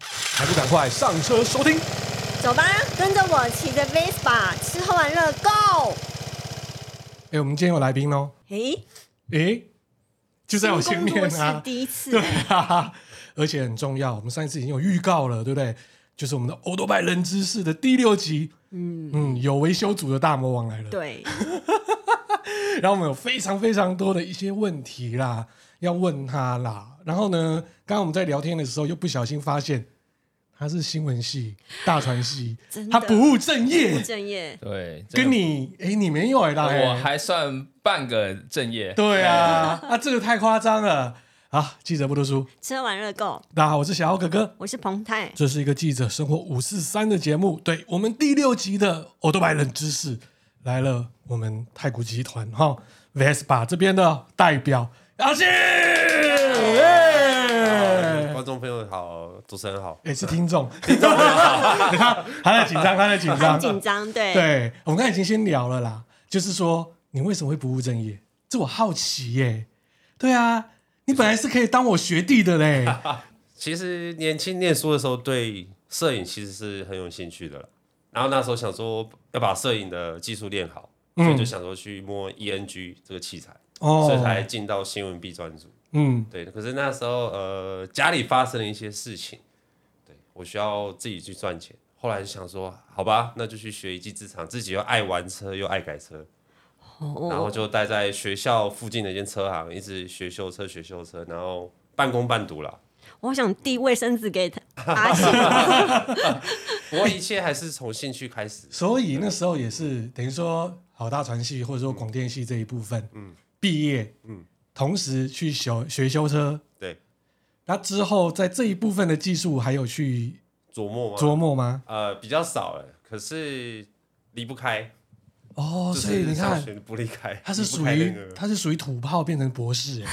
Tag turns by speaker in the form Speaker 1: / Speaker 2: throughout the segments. Speaker 1: 还不赶快上车收听？
Speaker 2: 走吧，跟着我骑着 Vespa，吃喝玩乐 Go！
Speaker 1: 哎，我们今天有来宾哦。
Speaker 2: 诶，
Speaker 1: 哎，就在我前面
Speaker 2: 新工作
Speaker 1: 啊
Speaker 2: 是。第一次
Speaker 1: 对，啊，而且很重要，我们上一次已经有预告了，对不对？就是我们的《欧多拜人知识》的第六集。嗯嗯，有维修组的大魔王来了。
Speaker 2: 对，
Speaker 1: 然后我们有非常非常多的一些问题啦，要问他啦。然后呢，刚刚我们在聊天的时候，又不小心发现他是新闻系、大传系
Speaker 2: 真，的
Speaker 1: 他不务正业，
Speaker 2: 正业
Speaker 3: 对，这个
Speaker 1: 跟你哎、你没有哎、啦，
Speaker 3: 我
Speaker 1: 哎
Speaker 3: 还算半个正业。
Speaker 1: 对啊，啊这个太夸张了啊！记者不读书，
Speaker 2: 吃喝玩乐 Go！
Speaker 1: 大家好，我是小奥哥哥。
Speaker 2: 我是彭泰，
Speaker 1: 这是一个记者生活五四三的节目，对我们第六集的《欧多白冷知识》来了，我们太古集团哈 Vespa 这边的代表阿信，哎、
Speaker 4: 观众朋友好，主持人好，
Speaker 1: 也是听众，听 众，他他在紧张，他在紧
Speaker 2: 很
Speaker 1: 张，
Speaker 2: 紧张，
Speaker 4: 哎
Speaker 2: 对，
Speaker 1: 对我们刚才已经先聊了啦，就是说你为什么会不务正业？这我好奇耶、对啊，你本来是可以当我学弟的 嘞，
Speaker 4: 其实年轻念书的时候对摄影其实是很有兴趣的啦，然后那时候想说要把摄影的技术练好，所以就想说去摸 ENG 这个器材，
Speaker 1: 哦
Speaker 4: 所以才进到新闻 B 专组。
Speaker 1: 嗯，。
Speaker 4: 对，可是那时候呃家里发生了一些事情，对我需要自己去赚钱。后来就想说，好吧，那就去学一技之长，自己又爱玩车又爱改车，然后
Speaker 2: 哦，
Speaker 4: 就待在学校附近的一间车行，一直学修车学修车，然后半工半读啦。
Speaker 2: 我想递卫生纸给他，阿信，
Speaker 4: 不过一切还是从兴趣开始
Speaker 1: 所以那时候也是等于说，好大传系或者说广电系这一部分，嗯，毕业，嗯
Speaker 4: 嗯，
Speaker 1: 同时去修学修车，
Speaker 4: 对，
Speaker 1: 那之后在这一部分的技术还有去
Speaker 4: 琢磨吗？
Speaker 1: 琢磨吗？
Speaker 4: 呃，比较少了，可是离不开。
Speaker 1: 哦，
Speaker 4: 就
Speaker 1: 所
Speaker 4: 是
Speaker 1: 以你
Speaker 4: 上
Speaker 1: 看，
Speaker 4: 学不离开，
Speaker 1: 他是
Speaker 4: 离不
Speaker 1: 属
Speaker 4: 开
Speaker 1: 于
Speaker 4: 那个
Speaker 1: 他是属于土炮变成博 士，哎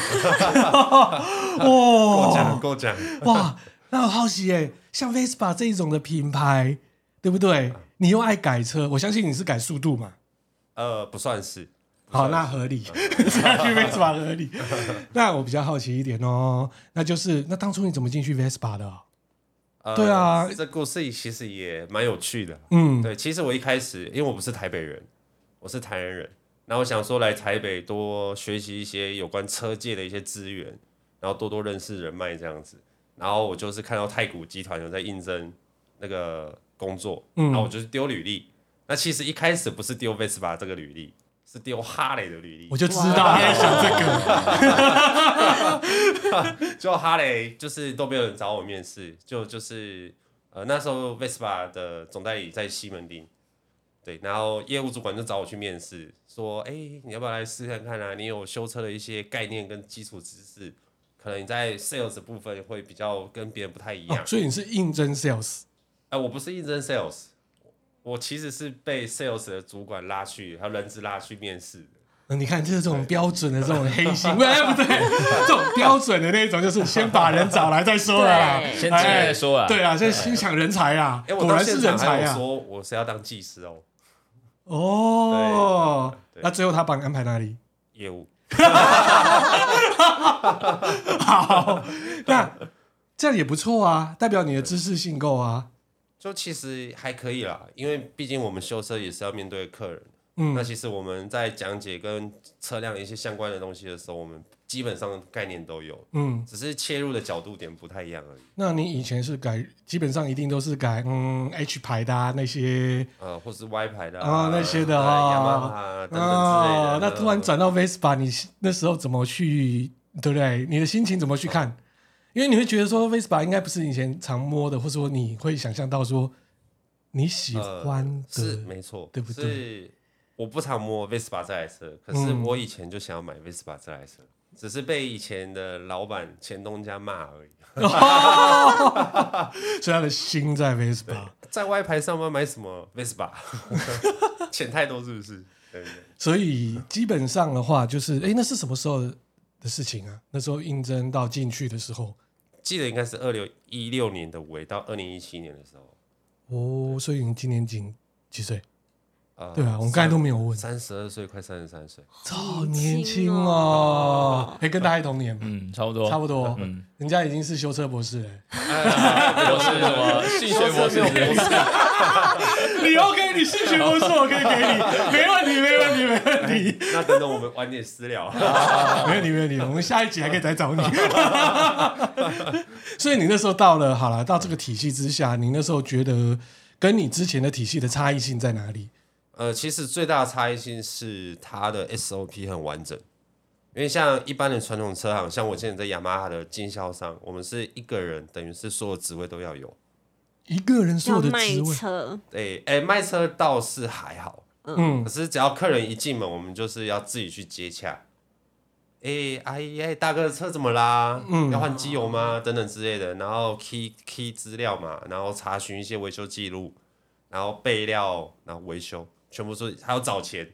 Speaker 1: 哇
Speaker 4: 够讲够讲。
Speaker 1: 哇，那我好奇哎，像 Vespa 这一种的品牌，对不对？你又爱改车，我相信你是改速度嘛。
Speaker 4: 呃，不算是。嗯不
Speaker 1: 好，
Speaker 4: 算
Speaker 1: 那合理， 这样去 Vespa 合 理。那我比较好奇一点哦，那就是那当初你怎么进去 Vespa 的哦、
Speaker 4: 呃
Speaker 1: 对啊
Speaker 4: 这故事其实也蛮有趣的。
Speaker 1: 嗯，
Speaker 4: 对，其实我一开始因为我不是台北人，我是台南人，那我想说来台北多学习一些有关车界的一些资源，然后多多认识人脉这样子。然后我就是看到太古集团有在应征那个工作，
Speaker 1: 嗯
Speaker 4: 然后我就是丢履历。那其实一开始不是丢 Vespa 这个履历，是丢哈雷的履历
Speaker 1: 我。就知道你在想这个。
Speaker 4: 就哈雷就是都没有人找我面试，就就是呃那时候 Vespa 的总代理在西门町，对，然后业务主管就找我去面试，说哎、诶你要不要来试看看啊？你有修车的一些概念跟基础知识，可能你在 sales 部分会比较跟别人不太一样。
Speaker 1: 哦
Speaker 4: 哎、
Speaker 1: 所以你是应征 sales
Speaker 4: 我不是应征 sales，我其实是被 sales 的主管拉去，还有人资拉去面试的。
Speaker 1: 呃。你看，就是这种标准的这种黑 心，喂哎，不对，这种标准的那种，就是先把人找来再说啦，
Speaker 2: 对
Speaker 3: 先进来再说啦
Speaker 1: 哎对啊，先先抢人才啊，
Speaker 4: 哎、我
Speaker 1: 果
Speaker 4: 到
Speaker 1: 然
Speaker 4: 现
Speaker 1: 是
Speaker 4: 场
Speaker 1: 人
Speaker 4: 还
Speaker 1: 才
Speaker 4: 有
Speaker 1: 啊。
Speaker 4: 说我是要当技师哦，
Speaker 1: 哦，
Speaker 4: 对
Speaker 1: 那最后他帮你安排哪里？
Speaker 4: 业务。
Speaker 1: 好，那这样也不错啊，代表你的知识性够啊。
Speaker 4: 就其实还可以啦，因为毕竟我们修车也是要面对客人。
Speaker 1: 嗯
Speaker 4: 那其实我们在讲解跟车辆一些相关的东西的时候，我们基本上概念都有，
Speaker 1: 嗯，
Speaker 4: 只是切入的角度点不太一样而已。
Speaker 1: 那你以前是改，基本上一定都是改嗯 H 牌的、啊、那些
Speaker 4: 呃，或是 Y 牌的
Speaker 1: 哦那些的
Speaker 4: 对
Speaker 1: 哦
Speaker 4: 雅马哈啊等等之类的
Speaker 1: 哦。。那突然转到 Vespa，你那时候怎么去，对不对？你的心情怎么去看？因为你会觉得说 Vespa 应该不是你以前常摸的，或者说你会想象到说你喜
Speaker 4: 呃
Speaker 1: 欢的，
Speaker 4: 是没错，
Speaker 1: 对不对
Speaker 4: 是我不常摸 Vespa 这台车，可是
Speaker 1: 嗯
Speaker 4: 我以前就想要买 Vespa 这台车，只是被以前的老板前东家骂而已。
Speaker 1: 所以他的心在 Vespa。
Speaker 4: 在 Y 牌上班买什么 Vespa？钱太多是不是？对对对
Speaker 1: 所以基本上的话，就是哎，诶那是什么时候的事情啊？那时候应征到进去的时候，
Speaker 4: 记得应该是二六一六年的尾到二零一七年的时候，
Speaker 1: 哦，所以你今年几几岁？
Speaker 4: 呃，
Speaker 1: 对啊，我们刚才都没有问。
Speaker 4: 三十二岁，快三十三岁，
Speaker 1: 好年轻哦，哎，跟大家同年嘛，
Speaker 3: 嗯，差不多，
Speaker 1: 差不多。
Speaker 3: 嗯
Speaker 1: 人家已经是修车博士了，
Speaker 4: 我
Speaker 3: 我是什么性学博士，
Speaker 1: 你 OK，你性学博士我可以给你， 没问题，没问题，没问题，
Speaker 4: 那等等我们晚点私聊。
Speaker 1: 没问题，没问题。我们下一集还可以再找你。 所以你那时候到了，好了，到这个体系之下，你那时候觉得跟你之前的体系的差异性在哪里？
Speaker 4: 呃，其实最大的差异性是它的 SOP 很完整，因为像一般的传统车行，像我现在在雅马哈的经销商，我们是一个人，等于是所有职位都要有。
Speaker 1: 一个人所
Speaker 2: 要
Speaker 1: 有的
Speaker 2: 卖
Speaker 1: 职位，
Speaker 2: 车，
Speaker 4: 诶、诶、卖车倒是还好，
Speaker 1: 嗯
Speaker 4: 可，是只要客人一进门，我们就是要自己去接洽。诶、阿姨，哎、大哥，车怎么啦？
Speaker 1: 嗯
Speaker 4: 要换机油吗？等等之类的，然后 key key 资料嘛，然后查询一些维修记录，然后备料，然后维修，全部是还要找钱，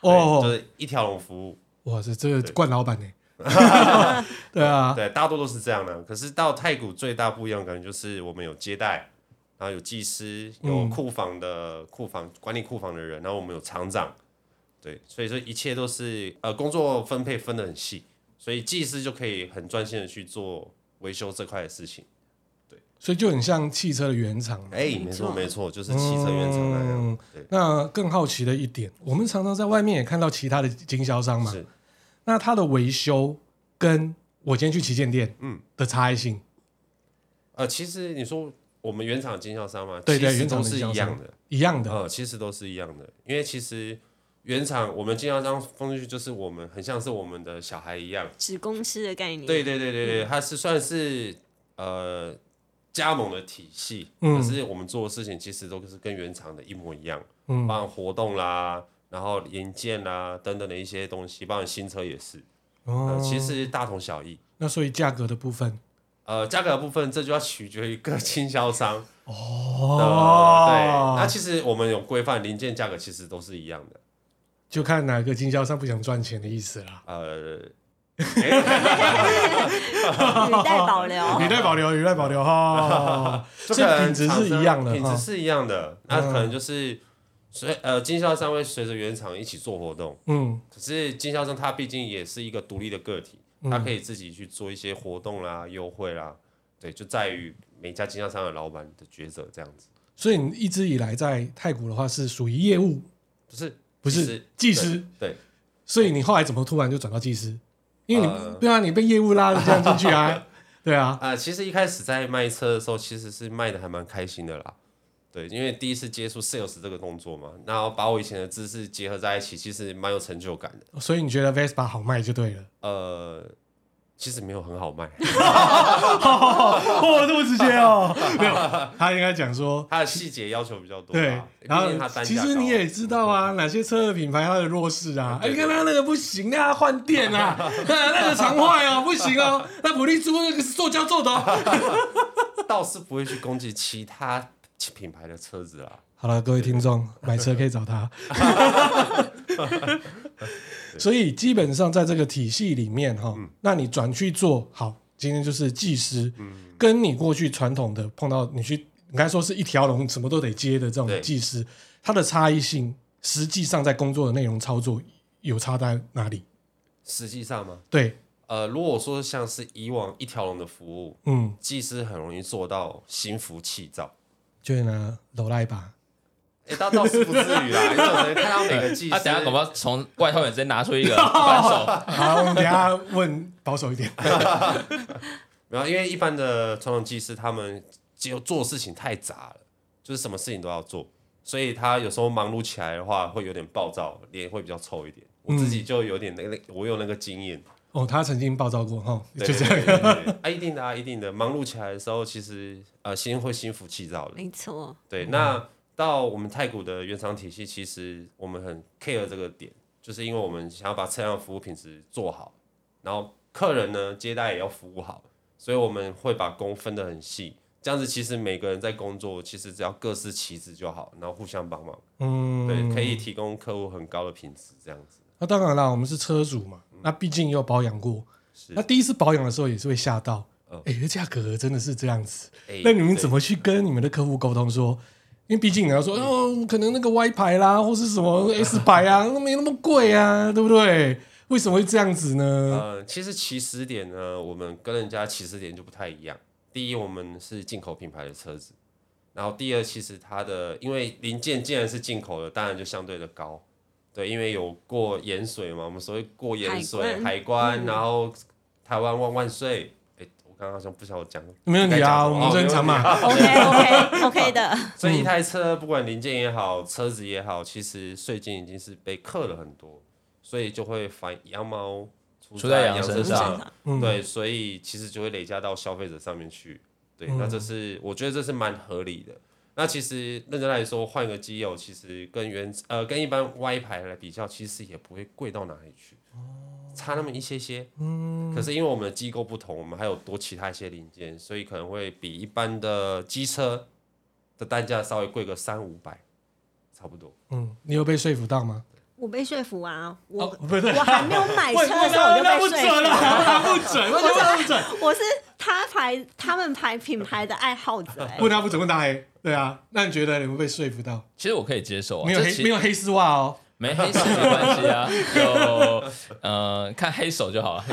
Speaker 4: 对就
Speaker 1: 哦，
Speaker 4: 是一条龙服务。
Speaker 1: 哇塞，这个冠老板呢、 对啊，
Speaker 4: 对，大多都是这样的。可是到太古最大不一样的感觉就是，我们有接待，然后有技师，有
Speaker 1: 嗯
Speaker 4: 库房的库房管理库房的人，然后我们有厂长，对，所以说一切都是呃工作分配分得很细，所以技师就可以很专心的去做维修这块的事情。
Speaker 1: 所以就很像汽车的原 厂嘛。
Speaker 4: 哎、没错
Speaker 2: 错
Speaker 4: 没错，就是汽车原厂那样。
Speaker 1: 嗯
Speaker 4: 对，
Speaker 1: 那更好奇的一点，我们常常在外面也看到其他的经销商嘛，
Speaker 4: 是
Speaker 1: 那它的维修跟我今天去旗舰店，嗯的差异性，
Speaker 4: 呃，其实你说我们原厂经销商嘛，
Speaker 1: 对对
Speaker 4: 其实
Speaker 1: 原厂
Speaker 4: 都
Speaker 1: 的
Speaker 4: 是
Speaker 1: 经销
Speaker 4: 一
Speaker 1: 商
Speaker 4: 样的。
Speaker 1: 一样的，
Speaker 4: 呃，其实都是一样的，因为其实原厂我们经销商放进去就是我们很像是我们的小孩一样，
Speaker 2: 子公司的概念，
Speaker 4: 对对对对对，它是算是呃加盟的体系，
Speaker 1: 嗯
Speaker 4: 可是我们做的事情其实都是跟原厂的一模一样，
Speaker 1: 嗯
Speaker 4: 包含活动啦，然后零件啦等等的一些东西，包含新车也是，呃
Speaker 1: 哦，
Speaker 4: 其实大同小异。
Speaker 1: 那所以价格的部分，
Speaker 4: 呃，价格的部分这就要取决于各经销商的、对，那
Speaker 1: 哦，
Speaker 4: 其实我们有规范，零件价格其实都是一样的。
Speaker 1: 就看哪个经销商不想赚钱的意思啦。
Speaker 4: 呃，
Speaker 2: 语带保留，
Speaker 4: 哦
Speaker 1: 语带保留，语带保留哈，
Speaker 4: 这
Speaker 1: 所
Speaker 4: 个
Speaker 1: 以品质是一样的
Speaker 4: 品
Speaker 1: 哈嗯
Speaker 4: 质。是一样的。那可能就是随呃经销商会随着原厂一起做活动，
Speaker 1: 嗯
Speaker 4: 可是经销商他毕竟也是一个独立的个体，
Speaker 1: 嗯
Speaker 4: 他可以自己去做一些活动啦、优惠啦，对，就在于每家经销商的老板的抉择这样子。
Speaker 1: 所以你一直以来在泰国的话是属于业务，
Speaker 4: 不是
Speaker 1: 不
Speaker 4: 其
Speaker 1: 是
Speaker 4: 实
Speaker 1: 技师，
Speaker 4: 对，
Speaker 1: 所以你后来怎么突然就转到技师？因为你、
Speaker 4: 呃
Speaker 1: 对啊，你被业务拉着这样进去啊，对啊，
Speaker 4: 啊、其实一开始在卖车的时候，其实是卖的还蛮开心的啦。对，因为第一次接触 sales 这个动作嘛，然后把我以前的知识结合在一起，其实蛮有成就感的。
Speaker 1: 所以你觉得 Vespa 好卖就 对了。
Speaker 4: 呃，其实没有很好卖，
Speaker 1: 哦，这么直接哦， 没有，他应该讲说。
Speaker 4: 它的细节要求比较多
Speaker 1: 对
Speaker 4: 啦。，毕
Speaker 1: 然
Speaker 4: 竟它
Speaker 1: 后
Speaker 4: 单价
Speaker 1: 其实
Speaker 4: 高
Speaker 1: 你也知道啊，哪些车的品牌它的弱势啊？哎，你
Speaker 4: 对对
Speaker 1: 看它那个不行，那它换电 啊，那那个常坏哦，不行哦，那普利珠那个是塑胶做的哦，
Speaker 4: 倒是不会去攻击其他品牌的车子啦。
Speaker 1: 好了，各位听 众，买车可以找他。所以基本上在这个体系里面哈，
Speaker 4: 嗯
Speaker 1: 那你转去做好，今天就是技师，
Speaker 4: 嗯
Speaker 1: 跟你过去传统的碰到你去，你刚才说是一条龙什么都得接的这种
Speaker 4: 对
Speaker 1: 技师，它的差异性，实际上在工作的内容操作有差在哪里？
Speaker 4: 实际上吗？
Speaker 1: 对，
Speaker 4: 呃，如果说像是以往一条龙的服务，
Speaker 1: 嗯，
Speaker 4: 技师很容易做到心浮气躁。
Speaker 1: 就是呢，搂赖吧，
Speaker 4: 哎，倒倒是不至于啦，因为我们看到每 个技师，
Speaker 3: 啊他等下恐怕从外套里直接拿 出一个扳手，
Speaker 1: 好，我们等一下问保守一点，
Speaker 4: 然后因为一般的传统技师他们就做事情太杂了，就是什么事情都要做，所以他有时候忙碌起来的话会有点暴躁，脸会比较臭一点。
Speaker 1: 嗯
Speaker 4: 我自己就有点那个，我有那个经验，
Speaker 1: 哦，他曾经暴躁过哈，
Speaker 4: 对
Speaker 1: 就这样。
Speaker 4: 对对对对啊，一定的啊，一定的。忙碌起来的时候，其实呃心会心浮气躁的。
Speaker 2: 没错，
Speaker 4: 对，那到我们太古的原厂体系，其实我们很 care 这个点，就是因为我们想要把车辆服务品质做好，然后客人呢接待也要服务好，所以我们会把工分得很细。这样子其实每个人在工作，其实只要各司其职就好，然后互相帮忙，
Speaker 1: 嗯，
Speaker 4: 对，可以提供客户很高的品质。这样子
Speaker 1: 那当然啦，我们是车主嘛，那毕竟也有保养过。
Speaker 4: 是
Speaker 1: 那第一次保养的时候也是会吓到，
Speaker 4: 嗯
Speaker 1: 哎、这价格真的是这样子。
Speaker 4: 哎
Speaker 1: 那你们怎么去跟你们的客户沟通说？因为毕竟你要说哦，可能那个 Y 牌啦，或是什么 S 牌啊，那没那么贵啊，对不对？为什么会这样子呢？
Speaker 4: 呃，其实起始点呢，我们跟人家起始点就不太一样。第一，我们是进口品牌的车子，然后第二，其实它的因为零件既然是进口的，当然就相对的高，对，因为有过盐水嘛，我们所谓过盐水
Speaker 5: 海关嗯
Speaker 4: 海关，然后台湾万万岁。哎，我刚刚好像不晓得讲，
Speaker 1: 没问题
Speaker 4: 该讲
Speaker 1: 啊，
Speaker 4: 什
Speaker 1: 我
Speaker 4: 么
Speaker 1: 们正常嘛。
Speaker 5: OK OK OK 的，
Speaker 4: 所以一台车不管零件也好，车子也好，其实税金已经是被克了很多，所以就会反羊毛
Speaker 3: 出
Speaker 4: 出
Speaker 3: 在
Speaker 4: 在
Speaker 3: 羊
Speaker 4: 羊
Speaker 3: 身
Speaker 4: 身
Speaker 3: 上
Speaker 4: 上。
Speaker 1: 嗯，
Speaker 4: 啊对，所以其实就会累加到消费者上面去。对，那
Speaker 1: 嗯
Speaker 4: 这是我觉得这是蛮合理的。那其实认真来说，换一个机油，其实跟原呃跟一般 Y 牌来比较，其实也不会贵到哪里去，
Speaker 1: 哦
Speaker 4: 差那么一些些。嗯。可是因为我们的机构不同，我们还有多其他一些零件，所以可能会比一般的机车的单价稍微贵个三五百，差不多。
Speaker 1: 嗯，你有被说服到吗？
Speaker 2: 我被说服啊，我、
Speaker 1: 哦不对
Speaker 2: 我还没有买车的时候我就
Speaker 1: 那
Speaker 2: 被
Speaker 1: 不
Speaker 2: 说
Speaker 1: 准
Speaker 2: 服
Speaker 1: 了，那不
Speaker 5: 啊
Speaker 1: 准， 我那不准，
Speaker 2: 我是他牌他们牌品牌的爱好者、欸，
Speaker 1: 问他不准，问他黑，对啊，那你觉得你会被说服到？
Speaker 3: 其实我可以接受啊，
Speaker 1: 没有
Speaker 3: 这
Speaker 1: 黑
Speaker 3: 其
Speaker 1: 没有黑丝袜哦，
Speaker 3: 没黑手没关系啊，就呃看黑手就好了，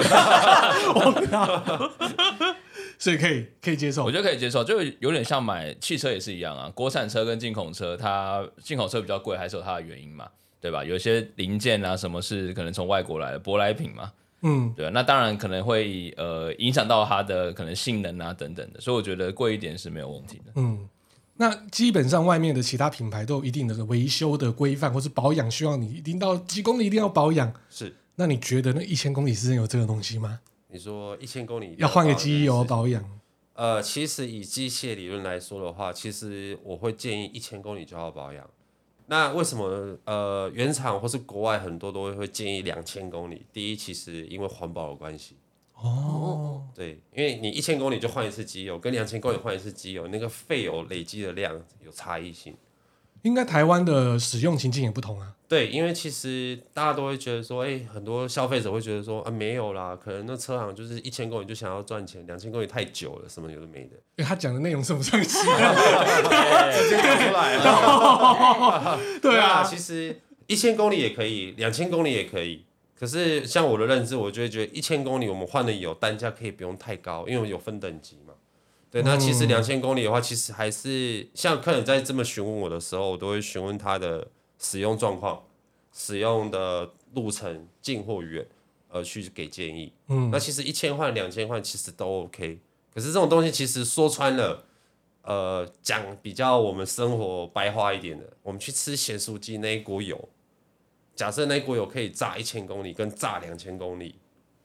Speaker 1: 所以可以可以接受
Speaker 3: 我。觉得可以接受，就有点像买汽车也是一样啊，国产车跟进口车，它进口车比较贵，还是有它的原因嘛，对吧？有些零件啊，什么是可能从外国来的舶来品嘛，
Speaker 1: 嗯，
Speaker 3: 对吧？那当然可能会呃影响到它的可能性能啊等等的，所以我觉得贵一点是没有问题的。
Speaker 1: 嗯那基本上外面的其他品牌都有一定的维修的规范，或是保养，希望你一定到几公里一定要保养。
Speaker 4: 是，
Speaker 1: 那你觉得那一千公里之内有这个东西吗？
Speaker 4: 你说一千公里
Speaker 1: 要换个
Speaker 4: 的话
Speaker 1: 机油
Speaker 4: 就是
Speaker 1: 保养？
Speaker 4: 呃，其实以机械理论来说的话，其实我会建议一千公里就要保养。那为什么呃原厂或是国外很多都会会建议两千公里？第一，其实因为环保的关系，
Speaker 1: 哦，
Speaker 4: 对，因为你一千公里就换一次机油，跟两千公里换一次机油，那个废油累积的量有差异性。
Speaker 1: 应该台湾的使用情境也不同啊。
Speaker 4: 对，因为其实大家都会觉得说，哎、很多消费者会觉得说，啊，没有啦，可能那车行就是一千公里就想要赚钱，两千公里太久了，什么有的没的。
Speaker 1: 因为他讲的内容是不上期，
Speaker 4: 直接讲出 来了。
Speaker 1: 对
Speaker 4: 啊，
Speaker 1: 啊，
Speaker 4: 其实一千公里也可以，两千公里也可以。可是像我的认知，我就会觉得一千公里我们换的油单价可以不用太高，因为我们有分等级嘛。对，那其实两千公里的话，其实还是像客人在这么询问我的时候，我都会询问他的使用状况、使用的路程近或远，呃，去给建议。
Speaker 1: 嗯
Speaker 4: 那其实一千换两千换其实都 OK，可是这种东西其实说穿了，呃，讲比较我们生活白话一点的，我们去吃咸酥鸡那一锅油，假设那一锅油可以炸一千公里跟炸两千公里，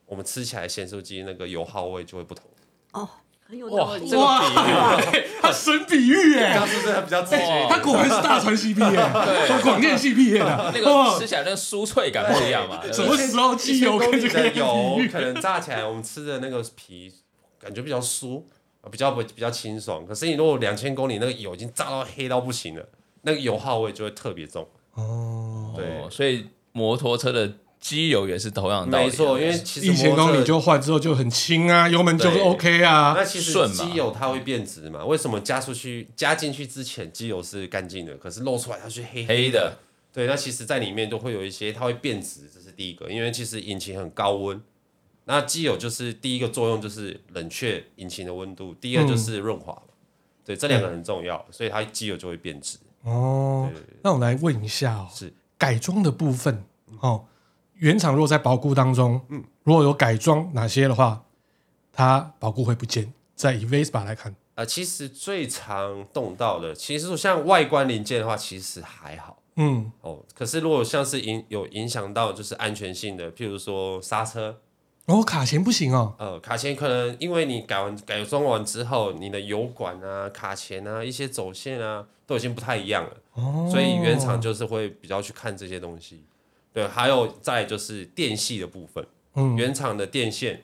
Speaker 4: 我们吃起来咸酥鸡那个油耗味就会不同。
Speaker 2: 哦，很有道
Speaker 3: 哇，
Speaker 2: 理
Speaker 3: 这。个比喻
Speaker 1: 他神比喻 哎、
Speaker 4: 刚是不是很比较直
Speaker 3: 哇
Speaker 4: 接？
Speaker 1: 他果然是大传系毕业的，从广电系毕业的。
Speaker 3: 那
Speaker 1: 哦
Speaker 3: 个吃起来那个酥脆感不一样嘛，对不
Speaker 1: 什
Speaker 3: 对
Speaker 1: 么时候机油跟这
Speaker 4: 一
Speaker 1: 个
Speaker 4: 千公里的油
Speaker 1: 比喻
Speaker 4: 可能炸起来，我们吃的那个皮感觉比较酥，比较不比较清爽。可是你如果两千公里那个油已经炸到黑到不行了，那个油耗味就会特别重。
Speaker 1: 哦，
Speaker 4: 对
Speaker 3: 哦，所以摩托车的机油也是同样的道理啊，
Speaker 4: 没错，因为其实
Speaker 1: 一千
Speaker 4: 摩托
Speaker 1: 公
Speaker 4: 车
Speaker 1: 里就换之后就很轻啊，油门就
Speaker 4: 对
Speaker 1: OK 啊。
Speaker 4: 那其实
Speaker 3: 顺嘛
Speaker 4: 机油它会变质嘛？为什么加出去加进去之前机油是干净的，可是漏出来它是黑
Speaker 3: 黑的，
Speaker 4: 对，那其实在里面都会有一些，它会变质，这是第一个，因为其实引擎很高温，那机油就是第一个作用就是冷却引擎的温度，第二
Speaker 3: 嗯
Speaker 4: 就是润滑嘛，对，这两个很重要，所以它机油就会变质。
Speaker 1: 哦
Speaker 4: 对对，
Speaker 1: 那我来问一下哦，
Speaker 4: 是
Speaker 1: 改装的部分哦，原厂如果在保固当中，嗯，如果有改装哪些的话，它保固会不见。在以 Vespa 来看，
Speaker 4: 呃，其实最常动到的，其实像外观零件的话，其实还好。
Speaker 1: 嗯
Speaker 4: 哦，可是如果像是影有影响到就是安全性的，譬如说刹车，
Speaker 1: 哦，卡钳不行哦，
Speaker 4: 呃，卡钳可能因为你改完改装完之后，你的油管啊、卡钳啊、一些走线啊，都已经不太一样了，
Speaker 1: 哦，
Speaker 4: 所以原厂就是会比较去看这些东西。对，还有再来就是电系的部分，
Speaker 1: 嗯
Speaker 4: 原厂的电线，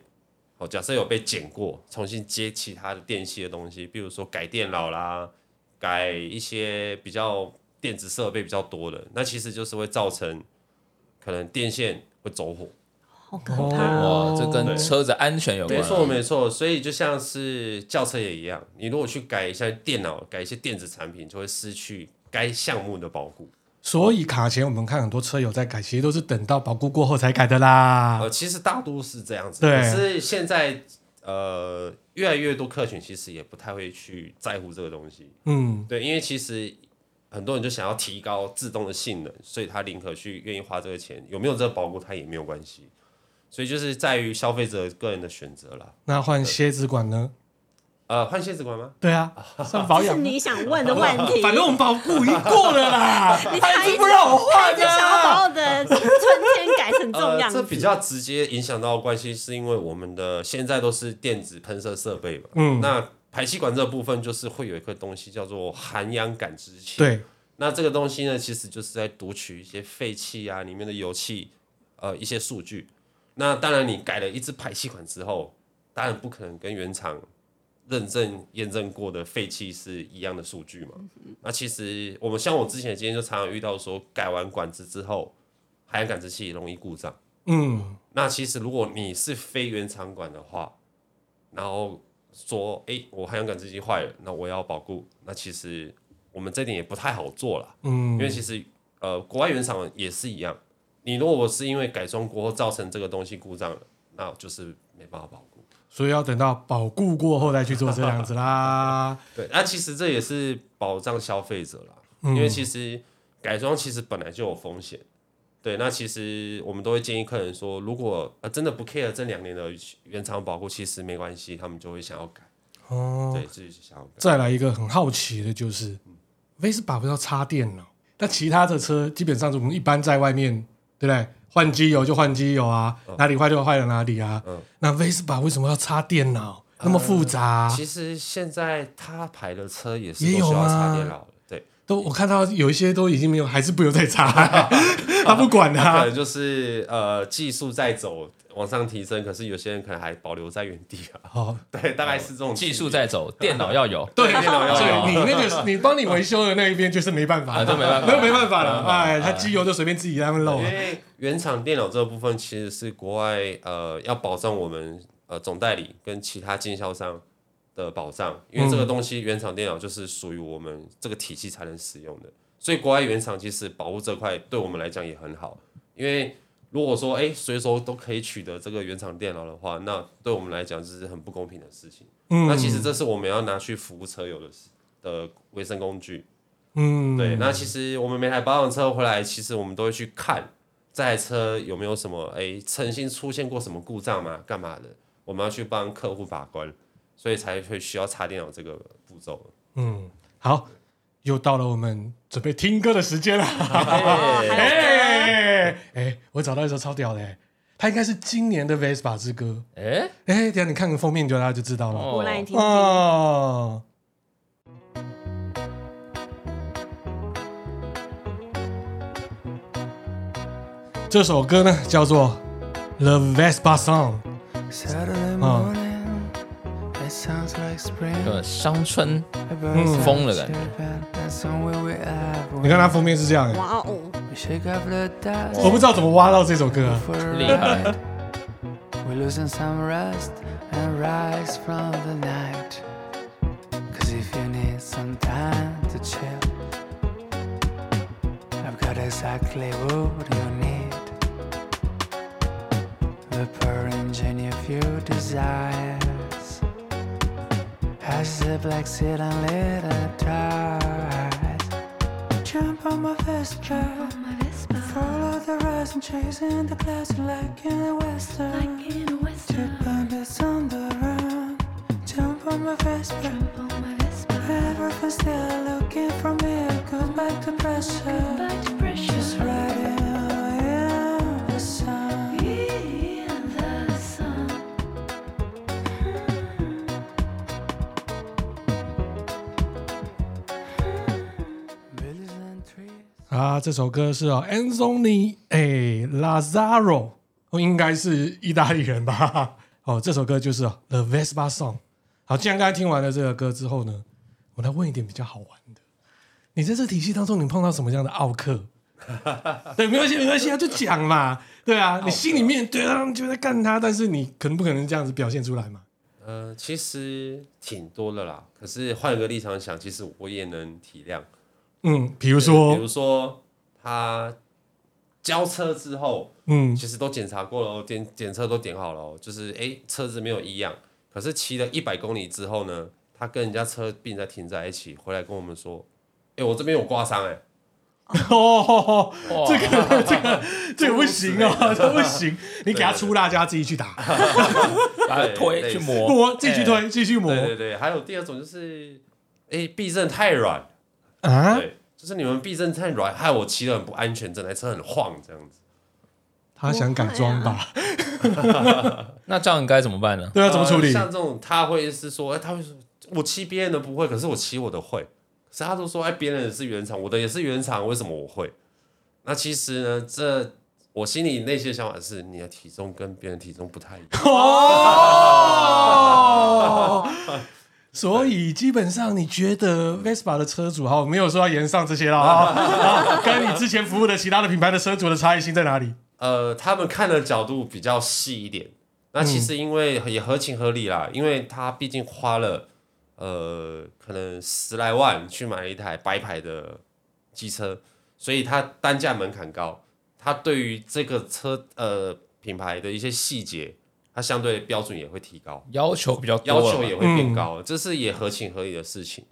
Speaker 4: 哦，假设有被剪过，重新接其他的电系的东西，比如说改电脑啦，改一些比较电子设备比较多的，那其实就是会造成可能电线会走火。
Speaker 2: 好可
Speaker 1: 哦
Speaker 2: 怕
Speaker 3: 哇，这跟车子安全有关
Speaker 4: 没
Speaker 3: 啊。
Speaker 4: 错，没错。所以就像是轿车也一样，你如果去改一下电脑，改一些电子产品，就会失去该项目的保护。
Speaker 1: 所以卡钳我们看很多车友在改，其实都是等到保固过后才改的啦
Speaker 4: 呃呃，。其实大多是这样子，
Speaker 1: 啊对
Speaker 4: 可是现在。呃，越来越多客群其实也不太会去在乎这个东西，
Speaker 1: 嗯，
Speaker 4: 对，因为其实很多人就想要提高自动的性能，所以他宁可去愿意花这个钱，有没有这个保固他也没有关系，所以就是在于消费者个人的选择啦。
Speaker 1: 那换蝎子管呢？
Speaker 4: 呃，换蝎子管吗？
Speaker 1: 对啊，
Speaker 4: 呃
Speaker 1: 算保
Speaker 5: 这是
Speaker 1: 养吗。
Speaker 5: 你想问的问
Speaker 1: 哦
Speaker 5: 题。
Speaker 1: 反正我们保固已经过了 啦，还是不让我
Speaker 5: 他
Speaker 1: 换
Speaker 5: 一直想要把
Speaker 1: 啊！
Speaker 5: 我的春天改成这种
Speaker 4: 呃，
Speaker 5: 样子。
Speaker 4: 这比较直接影响到关系，是因为我们的现在都是电子喷射设备嘛，
Speaker 1: 嗯
Speaker 4: 那排气管这部分就是会有一个东西叫做含氧感知器，，
Speaker 1: 对，
Speaker 4: 那这个东西呢，其实就是在读取一些废气啊里面的油气，呃，一些数据。那当然，你改了一支排气管之后，当然不可能跟原厂认证验证过的废气是一样的数据嘛。那其实我们像我之前今天就常常遇到说，改完管子之后，海洋感知器容易故障。
Speaker 1: 嗯，
Speaker 4: 那其实如果你是非原厂管的话，然后说，哎、我含氧感知器坏了，那我要保固，那其实我们这点也不太好做了，嗯，因为其实呃，国外原厂也是一样，你如果是因为改装过后造成这个东西故障了，那就是没办法保固。
Speaker 1: 所以要等到保固过后再去做这样子啦。
Speaker 4: 对，那其实这也是保障消费者啦，因为其实改装其实本来就有风险。对，那其实我们都会建议客人说，如果呃真的不 care 这两年的原厂保护，其实没关系，他们就会想要改。
Speaker 1: 哦，
Speaker 4: 对，自己想要改。
Speaker 1: 再来一个很好奇的就是 Vespa 不是要插电了？那其他的车基本上我们一般在外面，对不对？换机油就换机油啊，哪里坏就坏了哪里啊。那 Vespa 为什么要插电脑？那么复杂、
Speaker 4: 其实现在他牌的车也是
Speaker 1: 啊也
Speaker 4: 都需
Speaker 1: 有
Speaker 4: 要
Speaker 1: 吗
Speaker 4: 插电脑的，对，
Speaker 1: 都我看到有一些都已经没有，还是不用再插、他不管
Speaker 4: 可
Speaker 1: 啊。
Speaker 4: 能就是呃技术在走往上提升，可是有些人可能还保留在原地啊。
Speaker 1: 好，
Speaker 4: 对，大概是这种
Speaker 3: 技术在走，电脑要有。
Speaker 1: 对，
Speaker 4: 电脑要
Speaker 1: 所
Speaker 4: 有
Speaker 1: 以你那个你帮你维修的那一边就是没办法，
Speaker 3: 啊这没办法
Speaker 1: 那没办法了。哎，他机油就随便自己在那边漏
Speaker 4: 因
Speaker 1: 啊。
Speaker 4: 为原厂电脑这部分其实是国外呃要保障我们呃总代理跟其他经销商的保障，因为这个东西原厂电脑就是属于我们这个体系才能使用的，所以国外原厂其实保护这块对我们来讲也很好，因为。如果说哎，随手都可以取得这个原厂电脑的话，那对我们来讲就是很不公平的事情。
Speaker 1: 嗯
Speaker 4: 那其实这是我们要拿去服务车友的事的卫生工具。
Speaker 1: 嗯，
Speaker 4: 对，那其实我们每台保养车回来，其实我们都会去看这台车有没有什么哎，曾经出现过什么故障嘛，干嘛的，我们要去帮客户把关，所以才会需要插电脑这个步骤。
Speaker 1: 嗯，好，又到了我们准备听歌的时间了。
Speaker 5: 哦，还有歌
Speaker 1: 哎哎，我找到一首超屌的、欸，它应该是今年的 Vespa 之歌。
Speaker 3: 哎，
Speaker 1: 哎、等一下你看个封面就大家就知道了。
Speaker 3: 哦
Speaker 5: 我来听听。
Speaker 1: 哦，这首歌呢叫做《The Vespa Song》。
Speaker 6: Saturday
Speaker 1: Oh.
Speaker 6: morning, it sounds like spring.
Speaker 3: 呃，乡村
Speaker 6: The birds
Speaker 1: Mm.
Speaker 3: 疯了感觉
Speaker 6: are chirping, and somewhere we are
Speaker 1: 你看它封面是这样、欸，
Speaker 5: 哇哦，
Speaker 6: We shake off the dust
Speaker 1: 我不知道怎么挖到这首歌、啊。
Speaker 6: for a
Speaker 3: 厉 害
Speaker 6: ride. We're losing some rest and rise from the night. Cause if you need some time to chill, I've got exactly what you need. The purr engine of your desires. Has the black seat and little tries. Jump on my first track. Follow the rising trees in the clouds like in a western. Like in a western. Trip on the on the run. Jump on my Vespa. Jump on my Vespa. Everything's still looking for me. Goes back to pressure. Back to pressure. Just riding away in the sun. In the sun. Billies and trees.
Speaker 1: 啊，这首歌是哦，Anthony 哎 Lazaro，哦，应该是意大利人吧？ 哦，这首歌就是、哦、The Vespa Song。好，既然刚才听完了这个歌之后呢，我来问一点比较好玩的。你在这体系当中，你碰到什么样的奥克？ 对，没关系，没关系啊，就讲嘛。对啊，你心里面对啊，你就在干他，但是你可能不可能这样子表现出来嘛。
Speaker 4: 呃，其实挺多的啦，可是换个立场想，其实我也能体谅。
Speaker 1: 嗯，比如
Speaker 4: 比
Speaker 1: 说，
Speaker 4: 如说他交车之后，
Speaker 1: 嗯
Speaker 4: 其实都检查过了哦，检检测都点好了哦，就是哎车子没有异样，可是骑了一百公里之后呢，他跟人家车并在停在一起，回来跟我们说：“哎、我这边有刮伤哎、
Speaker 1: 哦，
Speaker 3: 哇
Speaker 1: 这个这个这个不行哦， 这不行，你给他出辣椒自己去打，
Speaker 3: 把它推
Speaker 4: 对
Speaker 3: 去哎
Speaker 4: 类似
Speaker 3: 磨，
Speaker 1: 磨继续推，继续磨
Speaker 4: 哎对对对，还有第二种就是，哎、避震太软，
Speaker 1: 啊！
Speaker 4: 对，就是你们避震太软，害我骑得很不安全，整台车很晃这样子。
Speaker 1: 他想改装吧？
Speaker 3: 那这样该怎么办呢？
Speaker 1: 对啊，怎么处理
Speaker 4: 呃？像这种他会是说，哎、他会说我骑别人的不会，可是我骑我的会。可是他都说，哎、别人的是原厂，我的也是原厂，为什么我会？那其实呢，这我心里内心的想法是，你的体重跟别人体重不太一样。
Speaker 1: 哦，所以基本上你觉得 Vespa 的车主，好，我没有说要延上这些 了啊，好跟你之前服务的其他的品牌的车主的差异性在哪里？
Speaker 4: 呃，他们看的角度比较细一点。那其实因为也合情合理啦，因为他毕竟花了呃可能十来万去买了一台白牌的机车，所以他单价门槛高，他对于这个车呃品牌的一些细节，他相对标准也会提高，
Speaker 3: 要求比较多
Speaker 4: 要
Speaker 3: 了嘛，
Speaker 4: 求也会变高，这是也合情合理的事情。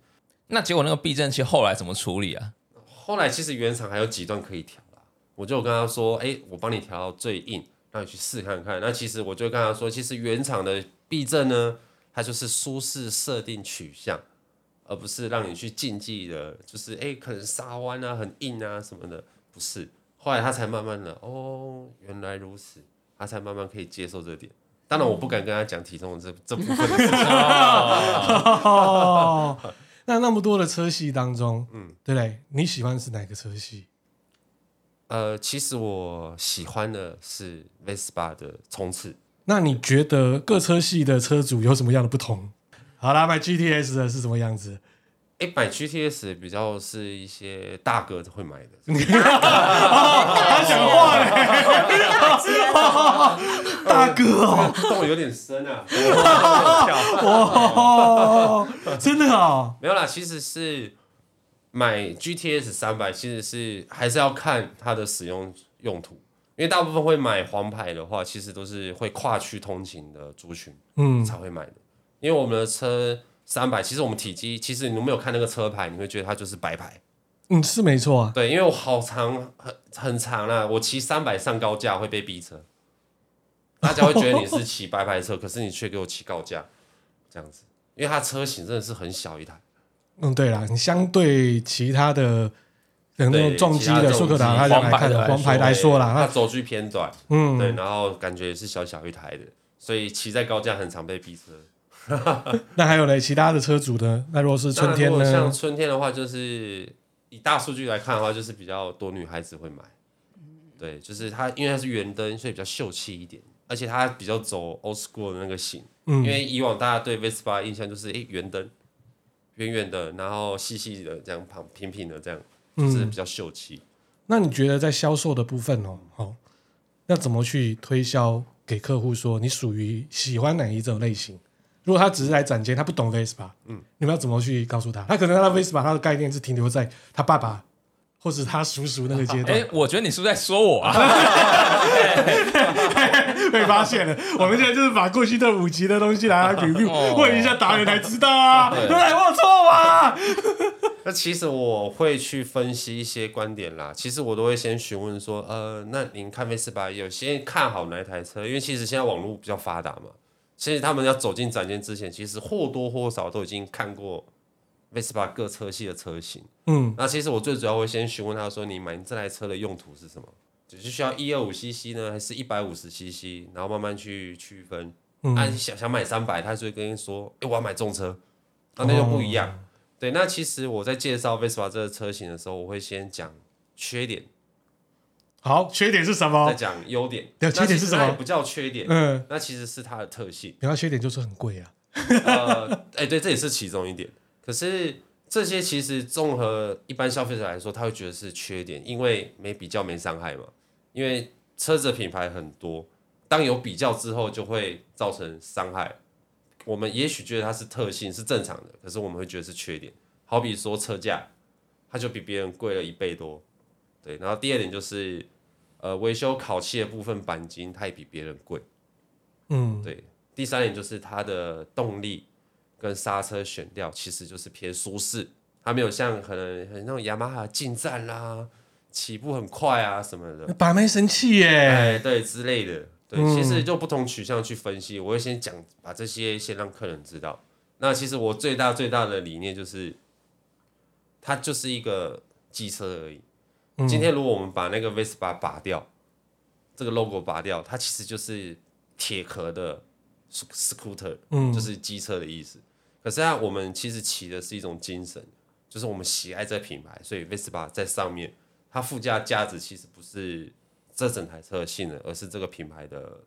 Speaker 3: 那结果那个避震器后来怎么处理啊？
Speaker 4: 后来其实原厂还有几段可以调啦，我就有跟他说，哎、我帮你调到最硬，让你去试看看。那其实我就跟他说，其实原厂的避震呢，它就是舒适设定取向，而不是让你去竞技的，就是哎、可能沙湾啊很硬啊什么的，不是。后来他才慢慢的，哦，原来如此，他才慢慢可以接受这点。当然，我不敢跟他讲体重这这部分的事情，
Speaker 1: 哦，那那么多的车系当中，嗯，对不对？你喜欢是哪个车系？
Speaker 4: 呃，其实我喜欢的是 Vespa 的冲刺，
Speaker 1: 那你觉得各车系的车主有什么样的不同？好啦，买 GTS 的是什么样子？
Speaker 4: 哎，买 GTS 比较是一些大哥会买的，
Speaker 1: 他讲话嘞，大哥哦，
Speaker 4: 洞有点深啊， 跳
Speaker 1: 哦，真的哦，
Speaker 4: 没有啦，其实是买 GTS 三百，其实是还是要看它的使用用途，因为大部分会买黄牌的话，其实都是会跨区通勤的族群
Speaker 1: 嗯，
Speaker 4: 才会买的，因为我们的车三百，其实我们体积，其实你没有看那个车牌，你会觉得它就是白牌，
Speaker 1: 嗯，是没错啊，
Speaker 4: 对，因为我好长很很长啦，我骑三百上高架会被逼车，大家会觉得你是骑白牌车，可是你却给我骑高架，这样子，因为它车型真的是很小一台，
Speaker 1: 嗯，对啦，你相对其他的，可能那种
Speaker 4: 对
Speaker 1: 重机
Speaker 4: 其他嗯
Speaker 1: 的
Speaker 4: 重
Speaker 1: 速克达，
Speaker 4: 机
Speaker 1: 它来看
Speaker 3: 黄牌的来说
Speaker 1: 黄牌来说啦，
Speaker 4: 它
Speaker 1: 它
Speaker 4: 轴距偏短，
Speaker 1: 嗯，
Speaker 4: 对，然后感觉也是小小一台的，所以骑在高架很常被逼车。
Speaker 1: 那还有嘞，其他的车主呢？那如果是春天
Speaker 4: 那如果像
Speaker 1: 呢？
Speaker 4: 春天的话，就是以大数据来看的话，就是比较多女孩子会买。对，就是它，因为它是圆灯，所以比较秀气一点，而且它比较走 old school 的那个型。
Speaker 1: 嗯
Speaker 4: 因为以往大家对 Vespa 印象就是，诶，圆灯，圆圆的，然后细细的，这样旁平平的，这样
Speaker 1: 嗯
Speaker 4: 就是比较秀气。
Speaker 1: 那你觉得在销售的部分哦，好，要怎么去推销给客户说你属于喜欢哪一种类型？如果他只是来展间，他不懂 Vespa，嗯，你们要怎么去告诉他？他可能他的 Vespa 他的概念是停留在他爸爸或者他叔叔那个阶段
Speaker 3: 哎，，我觉得你是不是在说 我啊？
Speaker 1: 被发现了。我们现在就是把过去的五级的东西拿来 review，、问一下达人才知道啊，对，我有错吗？
Speaker 4: 那其实我会去分析一些观点啦。其实我都会先询问说，呃，那您看 Vespa 有先看好哪一台车？因为其实现在网络比较发达嘛，其实他们要走进展间之前，其实或多或少都已经看过 Vespa 各车系的车型。
Speaker 1: 嗯，
Speaker 4: 那其实我最主要会先询问他说，你买这台车的用途是什么？只是需要一二五 CC 呢，还是一百五十 CC？然后慢慢去区分。
Speaker 1: 嗯
Speaker 4: 啊，你想想买三百，他就会跟你说，哎、我要买重车，啊那那就不一样。
Speaker 1: 哦
Speaker 4: 对，那其实我在介绍 Vespa 这个车型的时候，我会先讲缺点，
Speaker 1: 好，缺点是什么
Speaker 4: 再？讲优点。
Speaker 1: 对
Speaker 4: 那
Speaker 1: 缺点是
Speaker 4: 其实
Speaker 1: 什么
Speaker 4: 它也不叫缺点，
Speaker 1: 嗯，
Speaker 4: 那其实是它的特性。
Speaker 1: 然后缺点就是很贵啊。
Speaker 4: 呃，哎、对，这也是其中一点。可是这些其实综合一般消费者来说，他会觉得是缺点，因为没比较没伤害嘛。因为车子的品牌很多，当有比较之后，就会造成伤害。我们也许觉得它是特性是正常的，可是我们会觉得是缺点。好比说车价，它就比别人贵了一倍多。对，然后第二点就是，呃，维修烤漆的部分钣金，它也比别人贵。
Speaker 1: 嗯，
Speaker 4: 对，第三点就是它的动力跟刹车选料其实就是偏舒适，它没有像可能很那种雅马哈进站啦，起步很快啊什么的，
Speaker 1: 把妹神器耶，
Speaker 4: 哎，对之类的，对，
Speaker 1: 嗯
Speaker 4: 其实就不同取向去分析。我会先讲，把这些先让客人知道。那其实我最大最大的理念就是，它就是一个机车而已。
Speaker 1: 嗯
Speaker 4: 今天如果我们把那个 Vespa 拔掉，这个 logo 拔掉，它其实就是铁壳的 sc- scooter，
Speaker 1: 嗯
Speaker 4: 就是机车的意思。可是啊，我们其实骑的是一种精神，就是我们喜爱这品牌，所以 Vespa 在上面，它附加价值其实不是这整台车的性能，而是这个品牌的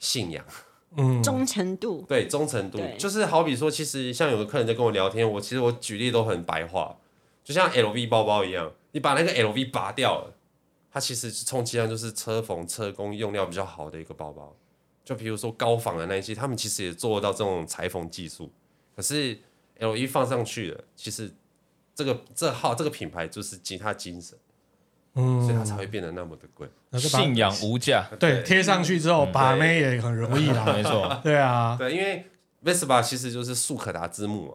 Speaker 4: 信仰。
Speaker 1: 嗯，
Speaker 5: 忠诚度，
Speaker 4: 对忠诚度
Speaker 5: 对，
Speaker 4: 就是好比说，其实像有个客人在跟我聊天，我其实我举例都很白话，就像 LV 包包一样，你把那个 LV 拔掉了，它其实充其量就是车缝、车工用料比较好的一个包包。就比如说高仿的那一些，他们其实也做到这种裁缝技术，可是 LV 放上去了，其实这个这号这个品牌就是吉他精神，所以它
Speaker 1: 嗯，
Speaker 4: 才会变得那么的贵。
Speaker 1: 然后就把
Speaker 3: 信仰无价，
Speaker 1: 对贴上去之
Speaker 4: 嗯
Speaker 1: 后，把妹也很容易啦。
Speaker 3: 没 错，
Speaker 1: 对啊，
Speaker 4: 对，因为 Vespa 其实就是速可达之母啊，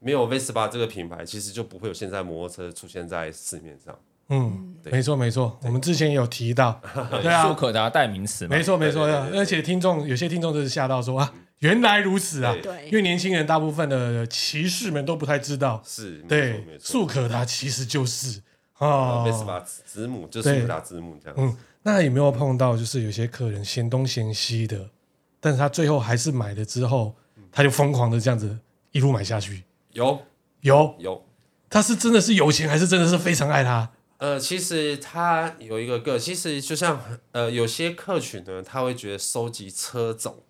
Speaker 4: 没有 Vespa 这个品牌，其实就不会有现在摩托车出现在市面上。
Speaker 1: 嗯，
Speaker 4: 对
Speaker 1: 没错没错，我们之前也有提到， 对
Speaker 3: 速
Speaker 1: 啊，
Speaker 3: 可达代名词嘛
Speaker 1: 没，错没错啊
Speaker 4: 对对对对
Speaker 1: 而且听众有些听众就是吓到说啊，原来如此啊，
Speaker 5: 对
Speaker 1: 因为年轻人大部分的骑士们都不太知道，
Speaker 4: 是，没错
Speaker 1: 对
Speaker 4: 没，错。
Speaker 1: 速可达其实就是
Speaker 4: 呃
Speaker 1: 哦，
Speaker 4: Vespa 之母就是
Speaker 1: 对
Speaker 4: 速可达之母这样
Speaker 1: 嗯
Speaker 4: 子。，
Speaker 1: 那有没有碰到就是有些客人嫌东嫌西的，但是他最后还是买了之后，
Speaker 4: 嗯
Speaker 1: 他就疯狂的这样子一路买下去，
Speaker 4: 有
Speaker 1: 有
Speaker 4: 有，
Speaker 1: 他是真的是有钱，还是真的是非常爱他？
Speaker 4: 呃，其实它有一个个，其实就像呃，有些客群呢，他会觉得收集车种，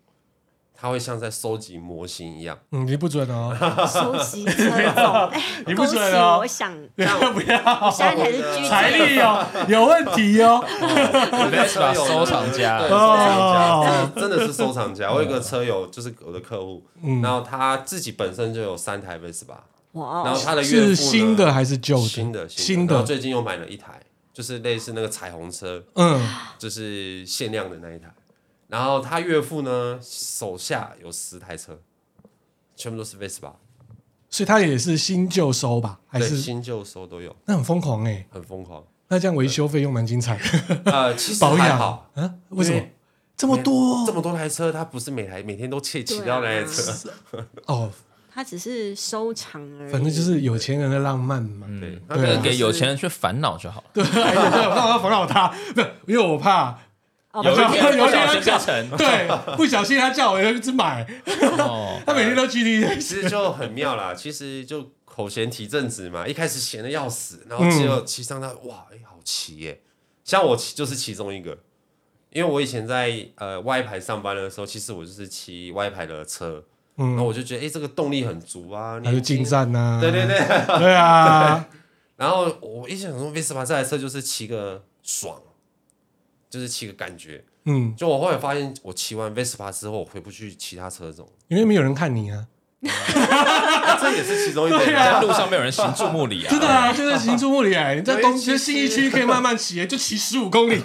Speaker 4: 他会像在收集模型一样。
Speaker 1: 嗯，你不准 哦，
Speaker 5: 收集车种，哎
Speaker 1: 你不
Speaker 5: 恭喜
Speaker 1: 准哦
Speaker 5: 我想，
Speaker 1: 不要，
Speaker 5: 我现在才是居
Speaker 1: 财
Speaker 5: 家，
Speaker 1: 力 哦有问题哦，
Speaker 3: Vespa
Speaker 4: 友
Speaker 3: 收藏家
Speaker 4: 对，收藏家，真的真的是收藏家。我有一个车友，就是我的客户，
Speaker 1: 嗯
Speaker 4: 然后他自己本身就有三台 Vespa，然
Speaker 5: 哇，哦
Speaker 4: 后他的岳父呢
Speaker 1: 是新的还是旧的？
Speaker 4: 新的
Speaker 1: 新
Speaker 4: 的，然
Speaker 1: 的，
Speaker 4: 后最近又买了一台，就是类似那个彩虹车，
Speaker 1: 嗯，
Speaker 4: 就是限量的那一台。然后他岳父呢，手下有十台车，全部都是 Vespa，
Speaker 1: 所以他也是新旧收吧？还
Speaker 4: 对，
Speaker 1: 是
Speaker 4: 新旧收都有，
Speaker 1: 那很疯狂哎，
Speaker 4: 很疯狂。
Speaker 1: 那这样维修费用蛮精彩的，
Speaker 4: 呃，其实
Speaker 1: 保
Speaker 4: 还
Speaker 1: 养
Speaker 4: 好，
Speaker 1: 啊？为什
Speaker 4: 因
Speaker 1: 么
Speaker 4: 为
Speaker 1: 这么多？
Speaker 4: 这么多台车，他不是每台每天都切骑到那台车，
Speaker 1: 哦，
Speaker 5: 他只是收藏而已，
Speaker 1: 反正就是有钱人的浪漫嘛。
Speaker 4: 对，他
Speaker 3: 那
Speaker 4: 可
Speaker 3: 个
Speaker 4: 能
Speaker 3: 给有钱人去烦恼就好了。
Speaker 1: 对， 哎呀对我怕我防老他，不是因为我怕，
Speaker 5: 哦
Speaker 3: 有一天
Speaker 1: 有
Speaker 3: 不
Speaker 1: 一天
Speaker 3: 小
Speaker 1: 他
Speaker 3: 心变成
Speaker 1: 对，不小心他叫我要一直买，
Speaker 3: 哦，
Speaker 1: 他每天都 GT，
Speaker 4: 其实就很妙啦，其实就口嫌体正直嘛，一开始闲的要死，然后只有骑上它，哇，哎、好骑耶、像我骑就是其中一个，因为我以前在呃 Y 牌上班的时候，其实我就是骑 Y 牌的车，然后我就觉得哎、这个动力很足啊，
Speaker 1: 嗯还有
Speaker 4: 年轻
Speaker 1: 进，站呐，
Speaker 4: 对对对，
Speaker 1: 对啊，
Speaker 4: 然后我一直想说 Vespa 这台车就是骑个爽，就是骑个感觉。
Speaker 1: 嗯，
Speaker 4: 就我后来发现，我骑完 Vespa 之后，我回不去其他车种，
Speaker 1: 因为没有人看你啊，
Speaker 4: 这也是其中一点。
Speaker 3: 在路上没有人行注目礼啊，
Speaker 1: 真的啊，就是行注目礼哎，你在
Speaker 4: 对
Speaker 1: 东
Speaker 4: 其
Speaker 1: 区
Speaker 4: 实
Speaker 1: 信义区可以慢慢骑，就骑十五公里，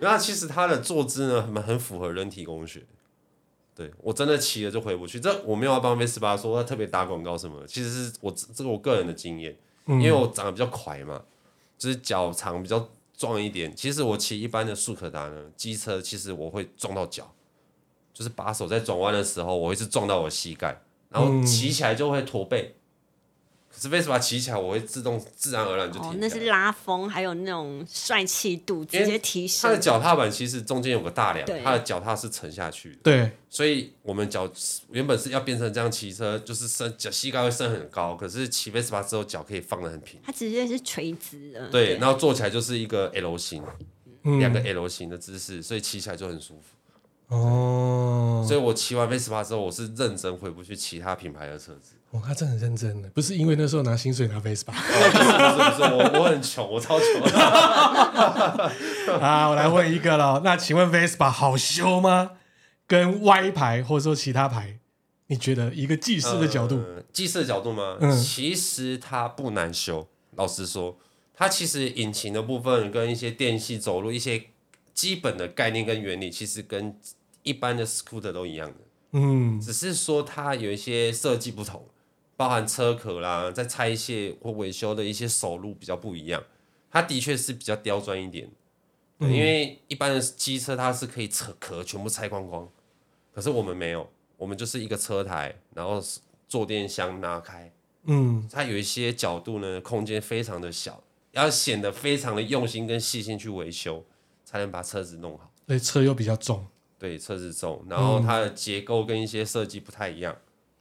Speaker 4: 那其实它的坐姿呢，很很符合人体工学。对我真的骑了就回不去，这我没有要帮 Vespa 说特别打广告什么的，其实是我这个我个人的经验，因为我长得比较快嘛，就是脚长比较壮一点。其实我骑一般的速可达呢，机车其实我会撞到脚，就是把手在转弯的时候，我会是撞到我膝盖，然后骑起来就会驼背。可是 Vespa 骑起来，我会自动自然而然就停下来、
Speaker 5: 哦，那是拉风，还有那种帅气度直接提
Speaker 4: 它
Speaker 5: 升
Speaker 4: 的，脚踏板其实中间有个大梁
Speaker 5: 对，
Speaker 4: 它的脚踏是沉下去的，
Speaker 1: 对，
Speaker 4: 所以我们脚原本是要变成这样骑车，就是升脚膝盖会升很高，可是骑 Vespa 之后脚可以放得很平，
Speaker 5: 它直接是垂直的，
Speaker 4: 对，然后坐起来就是一个 L 型，
Speaker 1: 嗯
Speaker 4: 两个 L 型的姿势，所以骑起来就很舒服。
Speaker 1: 哦，
Speaker 5: 嗯
Speaker 4: 所以我骑完 Vespa 之后，我是认真回不去其他品牌的车子，
Speaker 1: 哇，他真的很认真的，不是因为那时候拿薪水拿 Vespa
Speaker 4: 不是不是不是，我我很穷，我超穷的。
Speaker 1: 啊，我来问一个了，那请问 Vespa 好修吗？跟 Y 牌或者说其他牌，你觉得一个技师的角度，
Speaker 4: 呃，技师的角度吗？
Speaker 1: 嗯
Speaker 4: 其实它不难修。老实说，它其实引擎的部分跟一些电系走路一些基本的概念跟原理，其实跟一般的 scooter 都一样的，
Speaker 1: 嗯，
Speaker 4: 只是说它有一些设计不同，包含车壳啦，在拆卸或维修的一些手路比较不一样。它的确是比较刁钻一点，
Speaker 1: 嗯
Speaker 4: 对因为一般的机车它是可以扯壳全部拆光光，可是我们没有，我们就是一个车台，然后坐垫箱拉开，
Speaker 1: 嗯，
Speaker 4: 它有一些角度呢，空间非常的小，要显得非常的用心跟细心去维修，才能把车子弄好。
Speaker 1: 对，车又比较重，
Speaker 4: 对，车子重，然后它的结构跟一些设计不太一样，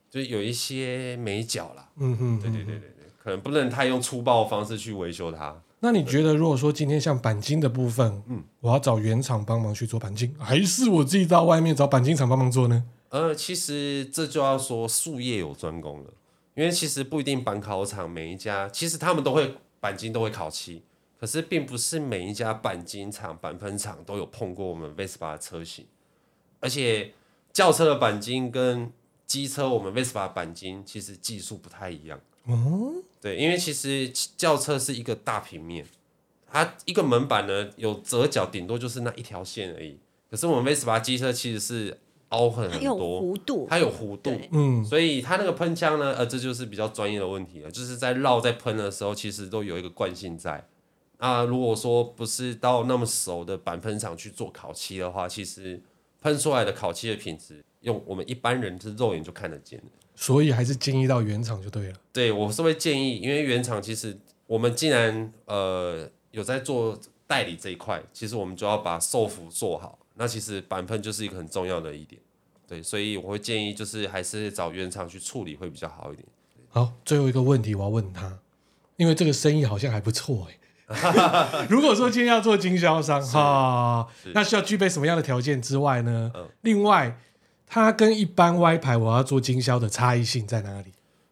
Speaker 4: 就是有一些美角啦。
Speaker 1: 嗯哼，
Speaker 4: 对对对对对，可能不能太用粗暴的方式去维修它。
Speaker 1: 那你觉得，如果说今天像钣金的部分，嗯，我要找原厂帮忙去做钣金，还是我自己到外面找钣金厂帮忙做呢？
Speaker 4: 呃，其实这就要说术业有专攻了，因为其实不一定板烤厂每一家，其实他们都会钣金都会烤漆，可是并不是每一家钣金厂、钣喷厂都有碰过我们 Vespa 的车型，而且轿车的钣金跟机车我们 Vespa 的钣金其实技术不太一样。
Speaker 1: 哦，
Speaker 4: 对，因为其实轿车是一个大平面，它一个门板呢有折角，顶多就是那一条线而已。可是我们 Vespa 机车其实是凹很
Speaker 5: 它
Speaker 4: 很
Speaker 5: 有
Speaker 4: 多，
Speaker 5: 弧度，
Speaker 4: 它有弧度，
Speaker 5: 对
Speaker 1: 嗯，
Speaker 4: 所以它那个喷枪呢，呃，这就是比较专业的问题了，就是在绕在喷的时候，其实都有一个惯性在。那如果说不是到那么熟的板喷厂去做烤漆的话，其实喷出来的烤漆的品质，用我们一般人是肉眼就看得见的。
Speaker 1: 所以还是建议到原厂就对了。
Speaker 4: 对我是会建议，因为原厂其实我们既然呃有在做代理这一块，其实我们就要把售服做好。那其实板喷就是一个很重要的一点，对，所以我会建议就是还是找原厂去处理会比较好一点。
Speaker 1: 好，最后一个问题我要问他，因为这个生意好像还不错哎、 如果说今天要做经销商哈，那需要具备什么样的条件之外呢？
Speaker 4: 嗯
Speaker 1: 另外，它跟一般 Y 牌我要做经销的差异性在哪里？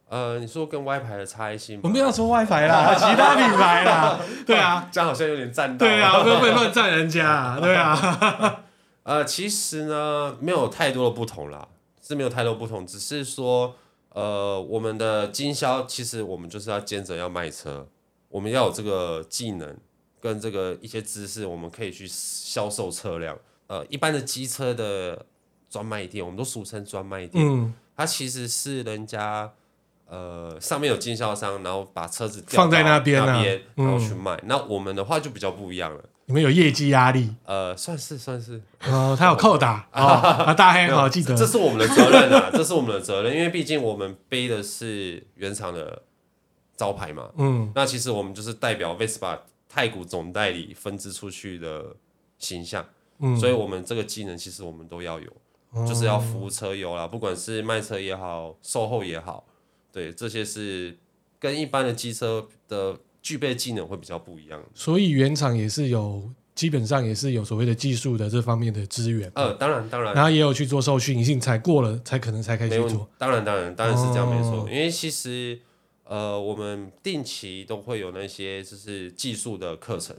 Speaker 4: 呃，你说跟 Y 牌的差异性吗，
Speaker 1: 我们不要说 Y 牌啦， 其他品牌啦，对啊，
Speaker 4: 这样好像有点占到。
Speaker 1: 对 啊，不会乱赞人家啊，对啊，
Speaker 4: 呃，其实呢，没有太多的不同啦，是没有太多不同，只是说，呃，我们的经销其实我们就是要兼着要卖车，我们要有这个技能跟这个一些知识，我们可以去销售车辆。呃，一般的机车的专卖店，我们都俗称专卖店，
Speaker 1: 嗯，
Speaker 4: 它其实是人家呃上面有经销商，然后把车子调
Speaker 1: 放在
Speaker 4: 到
Speaker 1: 那边啊
Speaker 4: 那边，然后
Speaker 1: 嗯
Speaker 4: 去卖。那我们的话就比较不一样了，
Speaker 1: 你们有业绩压力
Speaker 4: 呃，算是算是。
Speaker 1: 哦，他有扣打 哦，啊，大黑
Speaker 4: 没有
Speaker 1: 好记得，
Speaker 4: 这是我们的责任啊， 这是我们的责任，因为毕竟我们背的是原厂的招牌嘛。
Speaker 1: 嗯
Speaker 4: 那其实我们就是代表 Vespa 太古总代理分支出去的形象，
Speaker 1: 嗯，哦
Speaker 4: 所以我们这个技能其实我们都要有，就是要服务车友啦，不管是卖车也好，售后也好，对，这些是跟一般的机车的具备技能会比较不一样。
Speaker 1: 所以原厂也是有，基本上也是有所谓的技术的这方面的资源，
Speaker 4: 呃，当然，当然，
Speaker 1: 然后也有去做受训，一定才过了，才可能才开
Speaker 4: 没
Speaker 1: 始
Speaker 4: 问题
Speaker 1: 做。，
Speaker 4: 当然当然当然是这样没错，
Speaker 1: 哦
Speaker 4: 因为其实呃，我们定期都会有那些就是技术的课程，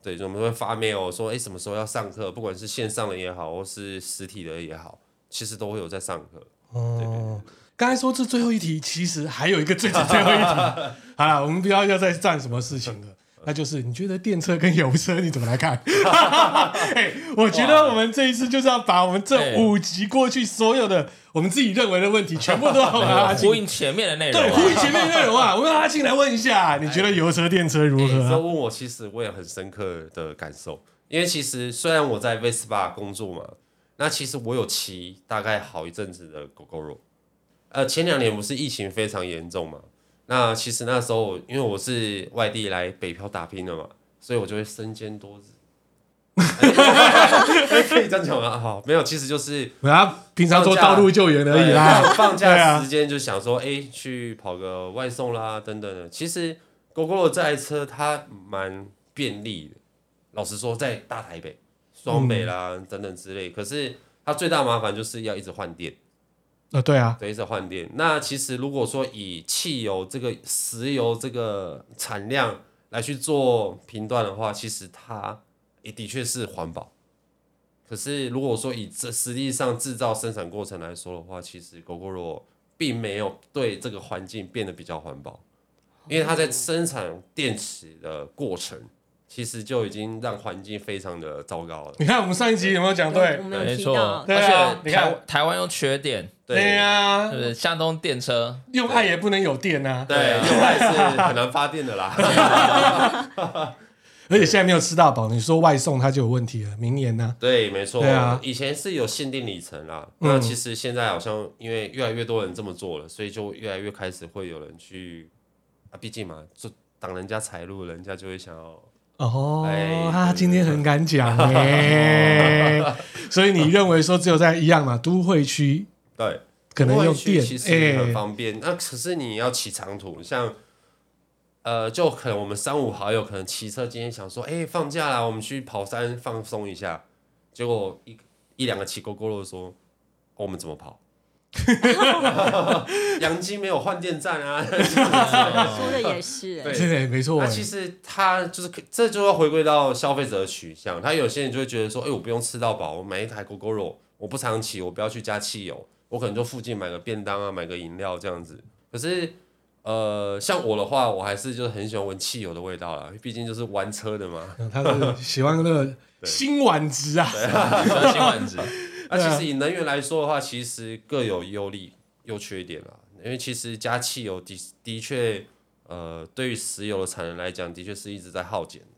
Speaker 4: 对，就我们会发 mail 说，哎，什么时候要上课，不管是线上的也好，或是实体的也好，其实都会有在上课。
Speaker 1: 哦，刚才说这最后一题，其实还有一个最最最后 一题。好了，我们不要要再占什么事情了。
Speaker 4: 呃
Speaker 1: 那就是你觉得电车跟油车你怎么来 看？哎，我觉得我们这一次就是要把我们这
Speaker 3: 哎
Speaker 1: 五集过去所有的我们自己认为的问题，全部都要拿进
Speaker 3: 哦呼
Speaker 4: 哎
Speaker 3: 应前面的内容
Speaker 1: 对，
Speaker 3: 啊。
Speaker 1: 呼应前面内容啊，我们让阿庆来问一下，你觉
Speaker 4: 哎
Speaker 1: 得油车、电车如何
Speaker 4: 你这
Speaker 1: 啊？
Speaker 4: 问我，其实我也很深刻的感受，因为其实虽然我在 Vespa 工作嘛，那其实我有骑大概好一阵子的 GoGoRo，呃，前两年不是疫情非常严重嘛，那其实那时候因为我是外地来北漂打拼的嘛，所以我就会身兼 多职。 哎可以这样讲吗？好，没有，其实就是
Speaker 1: 我要啊平常做
Speaker 4: 放假
Speaker 1: 道路救援而已啦
Speaker 4: 对。啊放
Speaker 1: 对
Speaker 4: 假
Speaker 1: 啊
Speaker 4: 时间就想说，哎、去跑个外送啦，等等的。其实 GoGo 这台车它蛮便利的，老实说，在大台北、双北啦、等等之类，可是它最大麻烦就是要一直换电，
Speaker 1: 呃，对啊，
Speaker 4: 对，一直换电。那其实如果说以汽油这个石油这个产量来去做评断的话，其实它也的确是环保。可是如果说以这实际上制造生产过程来说的话，其实 GoGoRo 并没有对这个环境变得比较环保，因为它在生产电池的过程，其实就已经让环境非常的糟糕了。
Speaker 1: 你看我们上一集有没有讲
Speaker 5: 我
Speaker 4: 嗯
Speaker 1: 对？
Speaker 5: 没有
Speaker 3: 没
Speaker 5: 提
Speaker 3: 错，
Speaker 5: 到
Speaker 3: 而，
Speaker 1: 对啊
Speaker 3: 且
Speaker 1: 你
Speaker 3: 台
Speaker 1: 看
Speaker 3: 湾台湾又缺电，
Speaker 1: 对啊
Speaker 4: 对
Speaker 1: 呀
Speaker 3: 对不，对？向东电车，
Speaker 1: 用爱也不能有电啊。
Speaker 4: 对，用爱是很难发电的啦。
Speaker 1: 而且现在没有吃到饱，你说外送它就有问题了。明年呢？
Speaker 4: 对，没错。
Speaker 1: 对啊
Speaker 4: 以前是有限定里程啦，
Speaker 1: 嗯
Speaker 4: 那其实现在好像因为越来越多人这么做了，所以就越来越开始会有人去啊，毕竟嘛，就挡人家财路，人家就会想要。
Speaker 1: 哦
Speaker 4: 哎，
Speaker 1: 他今天很敢讲哎， 所以你认为说只有在一样嘛都会区
Speaker 4: 对，
Speaker 1: 可能用
Speaker 4: 外区
Speaker 1: 电
Speaker 4: 其实很
Speaker 1: 哎，
Speaker 4: 方便。那、可是你要骑长途，像呃，就可能我们三五好友可能骑车，今天想说，哎、放假啦，我们去跑山放松一下。结果一一两个骑狗狗的说、哦我们怎 么跑？ 杨基没有换电站啊！
Speaker 5: 说的也是，欸
Speaker 4: 对
Speaker 1: 真的没错
Speaker 4: 那
Speaker 1: 哎，
Speaker 4: 啊其实他就是可这就要回归到消费者的取向，他有些人就会觉得说，哎、我不用吃到饱，我买一台 g o g o r o 我不常骑，我不要去加汽油，我可能就附近买个便当啊，买个饮料这样子。可是，呃，像我的话，我还是就是很喜欢闻汽油的味道啦，啊毕竟就是玩车的嘛。
Speaker 1: 哎他是喜欢 那个新丸子啊，
Speaker 3: 算新丸子，
Speaker 4: 那、啊其实以能源来说的话，其实各有优劣优缺点啦。因为其实加汽油的的确，呃，对于石油的产能来讲，的确是一直在耗减的。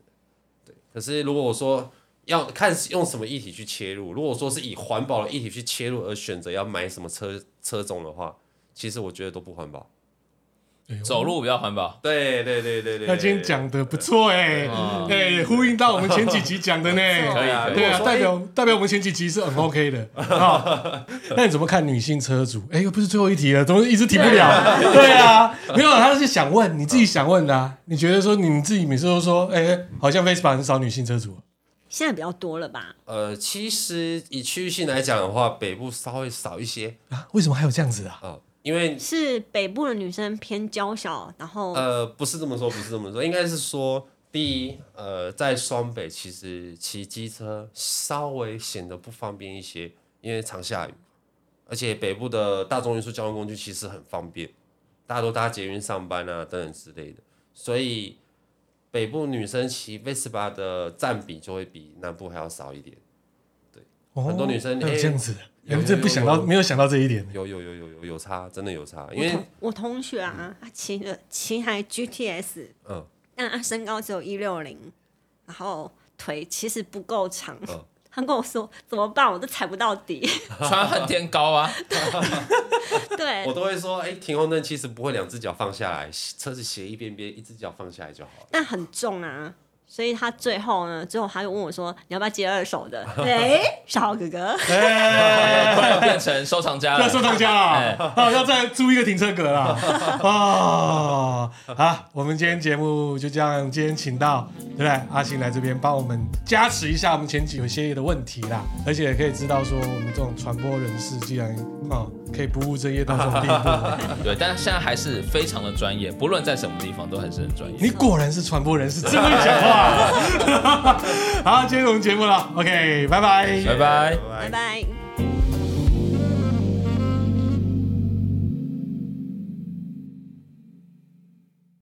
Speaker 4: 对，可是如果我说要看是用什么议题去切入，如果说是以环保的议题去切入而选择要买什么车车种的话，其实我觉得都不环保。
Speaker 3: 走路比较环保。
Speaker 4: 对对对对对。
Speaker 1: 那今天讲的不错哎，
Speaker 4: 嗯
Speaker 1: 哎，也呼应到我们前几集讲的呢，
Speaker 3: 可以可以
Speaker 1: 对啊，
Speaker 4: 如果说
Speaker 1: 代表代表我们前几集是 很 OK 的啊。那你怎么看女性车主？哎，又不是最后一题了，怎么一直停不了？对啊，没有，他是想问你自己想问的啊。你觉得说你自己每次都说，哎，好像 Vespa 很少女性车主，啊
Speaker 5: 现在比较多了吧？
Speaker 4: 呃，其实以区域性来讲的话，北部稍微少一些
Speaker 1: 啊为什么还有这样子啊？
Speaker 4: 啊、因为
Speaker 5: 是北部的女生偏娇小，然后
Speaker 4: 呃，不是这么说，不是这么说，应该是说，第一，呃，在双北其实骑机车稍微显得不方便一些，因为常下雨，而且北部的大众运输交通工具其实很方便，大家都搭捷运上班啊等等之类的，所以北部女生骑 Vespa 的占比就会比南部还要少一点。
Speaker 1: 哦
Speaker 4: 很多女生
Speaker 1: 还有
Speaker 4: 哎
Speaker 1: 这样子的，
Speaker 4: 有
Speaker 1: 哎，这不想到
Speaker 4: 有有
Speaker 1: 没有想到这一点。
Speaker 4: 有有有有有有差，真的有差，因
Speaker 5: 我
Speaker 4: 为
Speaker 5: 同我同学啊，他骑了骑台 GTS，
Speaker 4: 嗯
Speaker 5: 但他身高只有一六零，然后腿其实不够长。
Speaker 4: 嗯
Speaker 5: 他跟我说怎么办，我都踩不到 底。
Speaker 3: 穿恨天高 啊，
Speaker 5: 对
Speaker 4: 我，都会说，哎、停红灯其实不会两只脚放下来，车子斜一边边，一只脚放下来就好了。
Speaker 5: 但很重啊，所以他最后呢，最后他就问我说：“你要不要接二手的？” 哎，小豪哥哥，
Speaker 4: 哎
Speaker 3: 快要变成收藏 家
Speaker 1: 要啊收
Speaker 3: 了。
Speaker 1: 藏家啦，啊，要再租一个停车格啦， 啊，好，我们今天节目就这样，今天请到对不对？阿信来这边帮我们加持一下我们前几有些的问题啦，而且也可以知道说我们这种传播人士既然啊可以不务正业到这种地步，
Speaker 3: 对，但现在还是非常的专业，不论在什么地方都还是很专业。
Speaker 1: 你果然是传播人士，真会讲话。好，今天我们节目了，OK，拜拜，
Speaker 3: 拜拜。
Speaker 5: 拜拜。